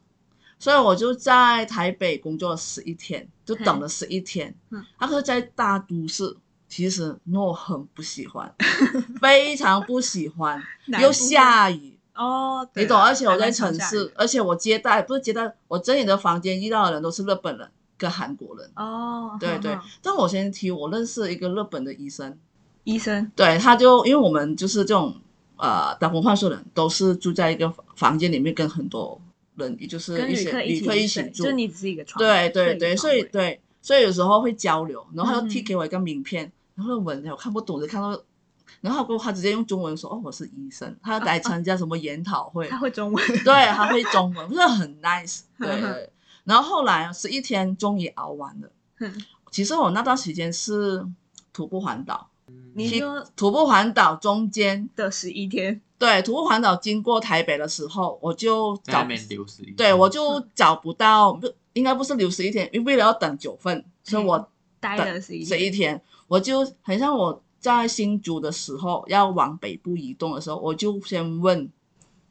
A: 所以我就在台北工作了十一天，就等了十一天。
C: 嗯，
A: 他可是在大都市，其实我很不喜欢， 非常不喜欢，
C: 南
A: 又
C: 部
A: 下雨，
C: 哦，对
A: 你懂？
C: 啦
A: 而且我
C: 台
A: 在
C: 湾常
A: 城
C: 下
A: 市
C: 雨，
A: 而且我接待不是接待，我整理的房间遇到的人都是日本人跟韩国人。
C: 哦，
A: 对
C: 哼
A: 对
C: 哼，
A: 但我先提，我认识一个日本的医生，
C: 医生
A: 对，他就因为我们就是这种呃打工换宿的人，都是住在一个房房间里面，跟很多人，也就是
C: 跟
A: 一
C: 旅
A: 些
C: 客
A: 旅
C: 起
A: 客一起
C: 睡
A: 住，
C: 就你只是一个床位，
A: 对对
C: 睡
A: 对，所
C: 一
A: 以
C: 床位
A: 对，所以有时候会交流，然后他就
C: 嗯
A: 递给我一个名片，然后文我看不懂，只看到，然后他跟我他直接用中文说哦我是医生，他要来参加什么研讨会，
C: 他会中文，
A: 对，他会中文，不哦是很 nice，对
C: 嗯
A: 对。然后后来十一天终于熬完了，
C: 哼
A: 其实我那段时间是徒步环岛。
C: 你说
A: 徒步环岛中间，
C: 的十一天，
A: 对，徒步环岛经过台北的时候，我就
B: 在那
A: 找，
B: 边嗯流失一下。
A: 对我就找不到，不应该不是留十一天，因为为了要等九份，所以我
C: 待
A: 等
C: 了十一
A: 十一
C: 天，
A: 天，我就很像我在新竹的时候要往北部移动的时候，我就先问，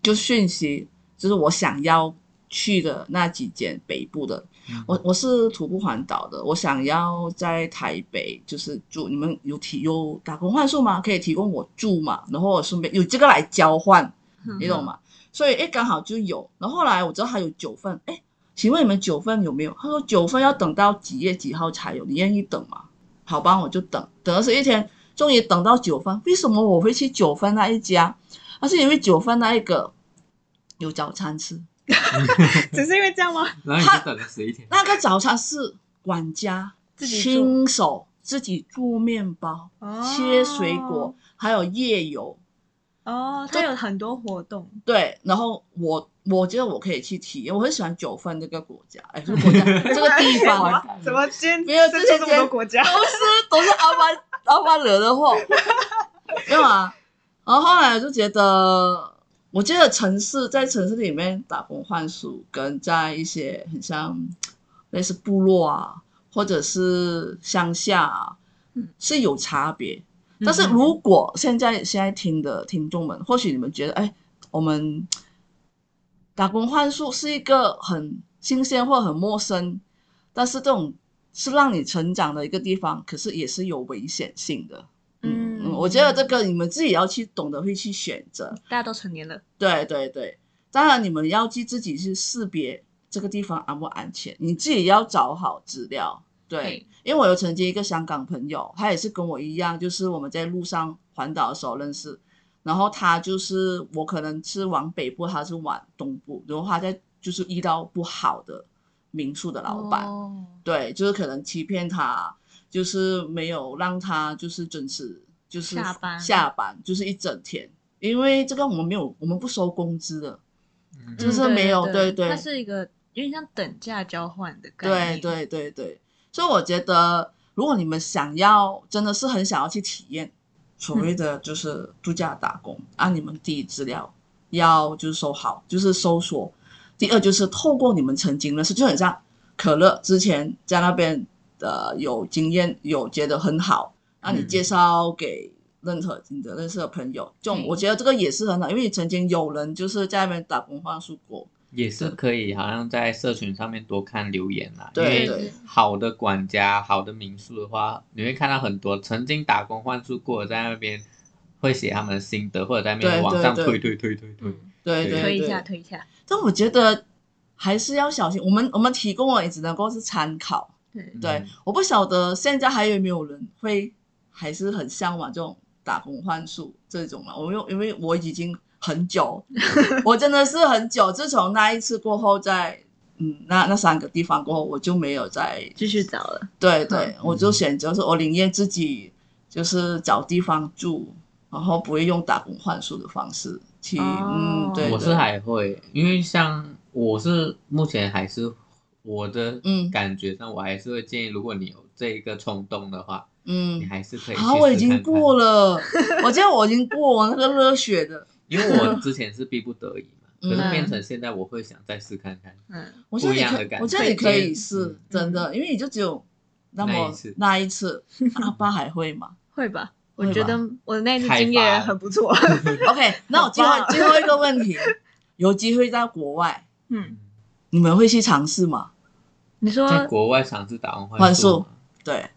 A: 就讯息，就是我想要去的那几间北部的，
B: 嗯
A: 我我是徒步环岛的，我想要在台北就是住，你们有提有打工换宿吗？可以提供我住嘛？然后我顺便有这个来交换，
C: 嗯
A: 你懂吗？所以诶刚好就有，然后后来我知道他有九份，诶，请问你们九份有没有？他说九份要等到几月几号才有，你愿意等吗？好吧，我就等，等了十一天，终于等到九份。为什么我会去九份那一家？而是因为九份那一个有早餐吃，
C: 只是因为这样吗？
B: 然后你就等了十一天，
A: 那个早餐是管家
C: 自己做
A: 亲手自己做面包、切水果，还有夜游。
C: 哦，它有很多活动，
A: 对，然后我我觉得我可以去体验，我很喜欢九份这个国家，哎，这个国家这个地方 啊，
C: 怎么今天
A: 没有
C: 这
A: 这些
C: 这么多
A: 天
C: 国家？
A: 都是都是阿巴阿巴惹的祸，没有啊。然后后来我就觉得，我觉得城市在城市里面打工换宿，跟在一些很像类似部落啊，或者是乡下、啊
C: 嗯，
A: 是有差别。但是如果现在现在听的听众们，或许你们觉得，哎，我们打工换宿是一个很新鲜或很陌生，但是这种是让你成长的一个地方，可是也是有危险性的。
C: 嗯
A: 嗯，我觉得这个你们自己要去懂得会去选择。
C: 大家都成年了，
A: 对对对，当然你们要去自己去识别这个地方安不安全，你自己要找好资料。对
C: 嘿，
A: 因为我有曾经一个香港朋友，他也是跟我一样，就是我们在路上环岛的时候认识，然后他就是我可能是往北部，他是往东部，然后他在就是遇到不好的民宿的老板，
C: 哦
A: 对，就是可能欺骗他，就是没有让他就是准时就是
C: 下班
A: 下班就是一整天，因为这个我们没有我们不收工资的，
B: 嗯
A: 就是
C: 嗯对
A: 没有
C: 对
A: 对对
C: 它是一个有点像等价交换的概
A: 对
C: 念，
A: 对对对，所以我觉得如果你们想要真的是很想要去体验所谓的就是度假打工，按、你们第一资料要就是收好，就是搜索。第二就是透过你们曾经的事，就很像可乐之前在那边呃有经验，有觉得很好，那你
B: 嗯
A: 介绍给任何你的认识的朋友，这种
C: 对
A: 我觉得这个也是很好，因为曾经有人就是在那边打工换宿过，
B: 也是可以，好像在社群上面多看留言啦。
A: 对
B: 因为好的管家、好的民宿的话，你会看到很多曾经打工换宿过，在那边会写他们的心得，或者在那边
A: 对
B: 往上
A: 对
B: 推推推推推。
C: 嗯，
A: 对
B: 对
A: 对
C: 推一
A: 对
C: 下，推一下，
A: 但我觉得还是要小心。我们我们提供了也只能够是参考。
C: 对，
A: 对，
B: 嗯
A: 我不晓得现在还有没有人会还是很向往这种打工换宿这种嘛？我因为因为我已经很 久，我真的是很久，自从那一次过后在，嗯那那三个地方过后，我就没有再
C: 继续找了，
A: 对对，我就
B: 嗯
A: 选择说我宁愿自己就是找地方住，然后不会用打工换宿的方式去，
C: 哦
A: 嗯，对，
B: 我是
A: 对
B: 还会，因为像我是目前还是我的
A: 嗯
B: 感觉上，我还是会建议，如果你有这一个冲动的话，
A: 嗯
B: 你。还是可以。
A: 啊，我已经过，了，我觉得我已经过我那个热血的。
B: 因为我之前是逼不得已 嘛，可
A: 嗯
B: 是变成现在我会想再试看看。
C: 嗯，
A: 我觉得
B: 不一
A: 你
B: 样
A: 可
B: 的感，觉
A: 我觉得你可以试
B: 嗯，
A: 真的，因为你就只有那
B: 那一
A: 么
B: 次
A: 那一次。阿爸还会吗
C: 会吧？
A: 会
C: 我
A: 吧
C: 觉得我的那一次
B: 开发
C: 经验很不错，
A: ？OK，那 我最
C: 好
A: 后
C: 吧
A: 最后一个问题，有机会在国外，
C: 嗯，
A: 你们会去尝试吗？
C: 你说
B: 在国外尝试打完
A: 换
B: 换
A: 宿
B: 宿，
A: 对，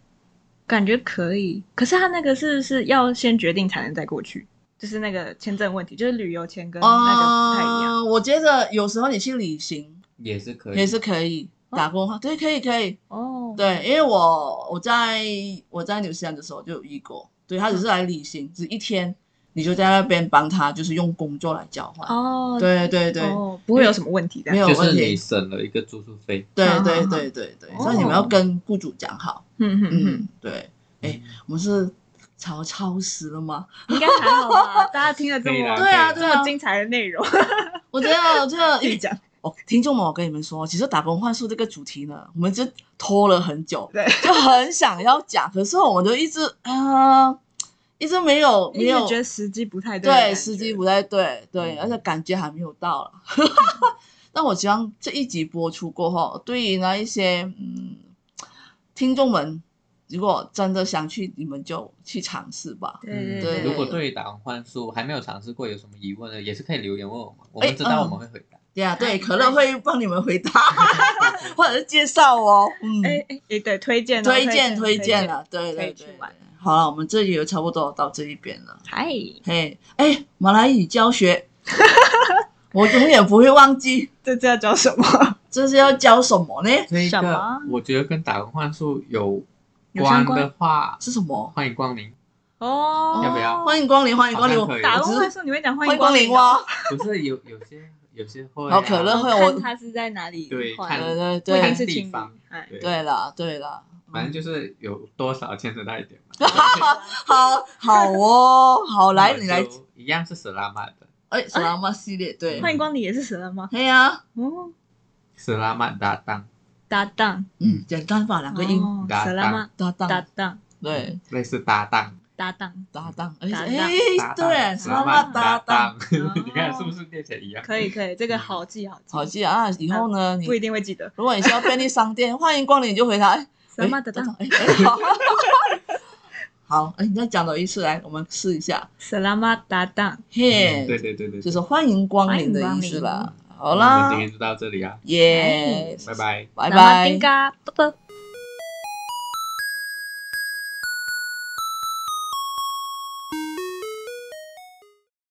C: 感觉可以，可是他那个是是要先决定才能再过去，就是那个签证问题，就是旅游签跟嗯那个不太一样。
A: 啊，我觉得有时候你去旅行
B: 也是可以，
A: 也是可以
C: 哦
A: 打工，对，可以可以。
C: 哦，
A: 对，因为我我在我在纽西兰的时候就有遇过，对他只是来旅行，只一天，你就在那边帮他，就是用工作来交换。
C: 哦，
A: 对对对、
C: 哦，不会有什么问题的。
A: 没有
B: 就是
A: 问题
B: 你省了一个住宿费。
A: 对
C: 好好
A: 对
C: 好
A: 对对对，
C: 嗯哦
A: 所以你们要跟雇主讲好。
C: 嗯嗯嗯，
A: 嗯，对，哎我们是超超时了吗？
C: 应该还好吧？大家听了这
B: 可以
C: 么
B: 啦
A: 对啊，
C: 这
A: 对啊
C: 么，精彩的内容，
A: 我觉得这个
C: 自己讲。
A: 哦，听众们，我跟你们说，其实打工换宿这个主题呢，我们就拖了很久，
C: 对，
A: 就很想要讲，可是我们都一直啊、呃一直没有没
C: 一直
A: 有
C: 觉得时机不太的感
A: 对，
C: 觉
A: 时机不太对，对，
B: 嗯
A: 而且感觉还没有到了。那我希望这一集播出过后，对于那一些嗯听众们，如果真的想去，你们就去尝试吧。
C: 对
A: 对
B: 如果
A: 对
B: 对于打完换宿还没有尝试过，有什么疑问的，也是可以留言问我们，我
A: 哎
B: 们知
A: 嗯
B: 道我们会回答。
A: 对啊，对，
C: 哎
A: 可乐会帮你们回答， 或者是介绍哦。嗯，
C: 哎哎哎，对，推荐哦
A: 推荐推
C: 推
A: 荐，了，对
C: 可以
A: 对
C: 去
A: 对
C: 玩。
A: 好了，我们这里就差不多到这一边了。
C: 嗨，
A: 嘿，哎，马来语教学，我永远不会忘记，
C: 这这要叫什么？
A: 这是要教什么呢？
B: 这一
C: 什
B: 个
C: 么
B: 我觉得跟打工换宿有
C: 有相
B: 关的话，
A: 是什么？
B: 欢迎光临。
C: 哦，
B: 要不要
A: 欢迎光临，欢迎光临，
B: 好像可以
C: 打
A: 我
C: 工
A: 只
C: 换
A: 是
C: 宿，你会讲欢
A: 欢
C: 迎
A: 迎光
C: 光哦
A: 临
B: 哦
A: 啊
C: 吗？
A: 哇！
B: 不是有 有些有些会、啊，
A: 好可乐
C: 然
A: 会
C: 后
A: 我
C: 看他是在哪里
B: 对
C: 换
B: 看
A: 对对
C: 不一定
A: 对
B: 看
C: 是
B: 地
C: 情侣
B: 方，
C: 哎
B: 哎对
A: 对啦对啦，
B: 反正就是有多少牵扯到一点嘛。
A: 好好哦，好 来
B: 我
A: 你来
B: 就，嗯一样是史拉玛的，
A: 哎，什么系列对，
C: 欢迎光临也是神了吗？
A: 可以啊，
C: 哦，
B: 史拉玛搭档，
C: 搭档，
A: 嗯，简单吧，两个音
C: 哦
B: 搭档
C: 神了吗？
A: 搭
C: 搭
A: 档，
C: 档，
A: 对
B: 类似搭档，
C: 搭档，
A: 搭档，哎
C: 搭
B: 搭
C: 档
A: 哎，
B: 档
A: 对，
B: 史
A: 什
B: 拉
A: 么
B: 玛
A: 搭档，哦
B: 档， 你看是不是念起来一样？
C: 可以可以，
B: 嗯
C: 这个好记好记，
A: 好记啊，以后呢，你
C: 不一定会记得。
A: 如果你需要便利商店，欢迎光临，你就回答哎
C: 神马搭档，
A: 哎，哎哎好 好，哎，你再讲到一次来，我们试一下，
C: 神拉玛搭档，
A: 嘿
B: 嗯，对对对对，
A: 就
B: 对
A: 是欢迎光临的意思啦。好
B: 我
A: 啦
B: 们，今天就到这里啊，
A: 耶，
B: 拜拜。
A: 拜
C: 神马
A: 拜
C: 丁。嘎，啵啵。